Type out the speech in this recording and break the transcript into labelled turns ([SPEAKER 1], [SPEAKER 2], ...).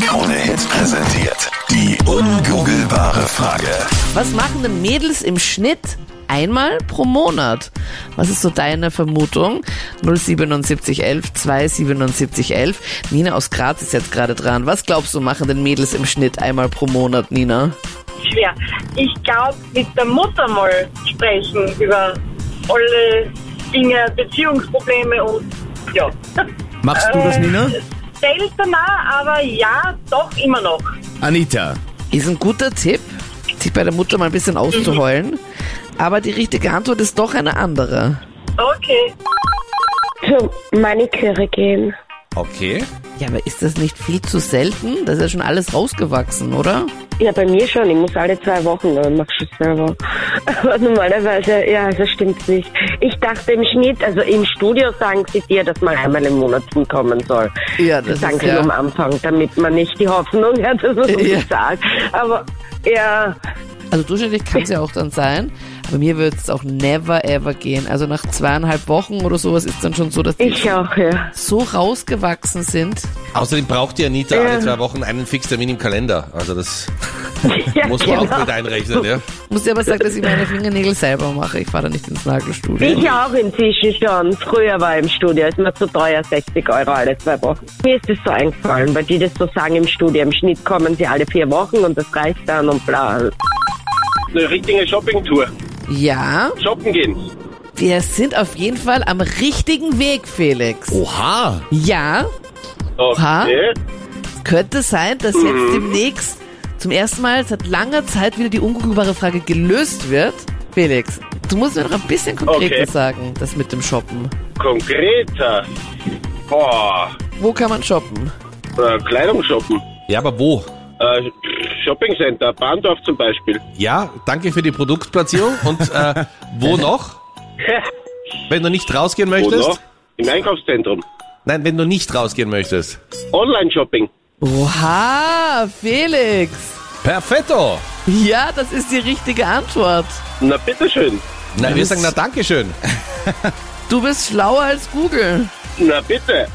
[SPEAKER 1] Krone Hits präsentiert die ungoogelbare Frage.
[SPEAKER 2] Was machen denn Mädels im Schnitt einmal pro Monat? Was ist so deine Vermutung? 07711 27711. Nina aus Graz ist jetzt gerade dran. Was glaubst du, machen denn Mädels im Schnitt einmal pro Monat, Nina?
[SPEAKER 3] schwer. Ich glaube, mit der Mutter mal sprechen über alle Dinge, Beziehungsprobleme und ja.
[SPEAKER 4] Machst du das, Nina?
[SPEAKER 3] Seltener, aber ja, doch immer noch.
[SPEAKER 4] Anita.
[SPEAKER 2] Ist ein guter Tipp, sich bei der Mutter mal ein bisschen auszuheulen. Aber die richtige Antwort ist doch eine andere.
[SPEAKER 3] Okay.
[SPEAKER 5] Zur Maniküre gehen.
[SPEAKER 4] Okay.
[SPEAKER 2] Ja, aber ist das nicht viel zu selten? Das ist ja schon alles rausgewachsen, oder?
[SPEAKER 5] Ja, bei mir schon. Ich muss alle zwei Wochen, aber ich mach schon selber. Aber normalerweise, ja, also stimmt's nicht. Ich dachte im Schnitt, also im Studio sagen sie dir, dass man einmal im Monat hinkommen soll.
[SPEAKER 2] Ja, das
[SPEAKER 5] sagen
[SPEAKER 2] ist
[SPEAKER 5] sie
[SPEAKER 2] ja-
[SPEAKER 5] am Anfang, damit man nicht die Hoffnung hat, dass man
[SPEAKER 2] Ja.
[SPEAKER 5] ja. sagt. Aber ja,
[SPEAKER 2] Also durchschnittlich kann es ja auch dann sein. Aber mir würde es auch never ever gehen. Also nach zweieinhalb Wochen oder sowas ist dann schon so, dass die
[SPEAKER 5] ich auch, ja.
[SPEAKER 2] so rausgewachsen sind.
[SPEAKER 6] Außerdem braucht die Anita alle
[SPEAKER 5] Ja.
[SPEAKER 6] zwei Wochen einen Fixtermin im Kalender. Also das
[SPEAKER 5] ja
[SPEAKER 6] muss man
[SPEAKER 5] genau.
[SPEAKER 6] auch mit einrechnen, ja.
[SPEAKER 2] Muss ja aber sagen, dass ich meine Fingernägel selber mache. Ich fahre da nicht ins Nagelstudio.
[SPEAKER 5] Ich auch inzwischen schon. Früher war im Studio, ist mir zu teuer, 60 Euro alle zwei Wochen. Mir ist das so eingefallen, weil die das so sagen im Studio. Im Schnitt kommen sie alle vier Wochen und das reicht dann und bla.
[SPEAKER 7] eine richtige Shoppingtour.
[SPEAKER 2] Ja,
[SPEAKER 7] Shoppen gehen.
[SPEAKER 2] wir sind auf jeden Fall am richtigen Weg, Felix.
[SPEAKER 4] Oha.
[SPEAKER 2] Ja,
[SPEAKER 7] Okay.
[SPEAKER 2] könnte sein, dass
[SPEAKER 5] Mhm.
[SPEAKER 2] jetzt demnächst zum ersten Mal seit langer Zeit wieder die ungoogelbare Frage gelöst wird. Felix, du musst mir noch ein bisschen konkreter
[SPEAKER 7] Okay.
[SPEAKER 2] sagen, das mit dem Shoppen.
[SPEAKER 7] Konkreter. Boah.
[SPEAKER 2] Wo kann man shoppen?
[SPEAKER 7] Äh, Kleidung shoppen.
[SPEAKER 6] Ja, aber wo?
[SPEAKER 7] Äh, Shoppingcenter, Bahndorf zum Beispiel.
[SPEAKER 6] Ja, danke für die Produktplatzierung. Und äh, wo noch? Wenn du nicht rausgehen
[SPEAKER 7] Wo
[SPEAKER 6] möchtest?
[SPEAKER 7] noch? Im Einkaufszentrum.
[SPEAKER 6] Nein, wenn du nicht rausgehen möchtest.
[SPEAKER 7] Online-Shopping.
[SPEAKER 2] Oha, Felix.
[SPEAKER 6] Perfetto!
[SPEAKER 2] Ja, das ist die richtige Antwort.
[SPEAKER 7] Na bitteschön.
[SPEAKER 6] Na, wir sagen, na, Dankeschön.
[SPEAKER 2] Du bist schlauer als Google.
[SPEAKER 7] Na bitte.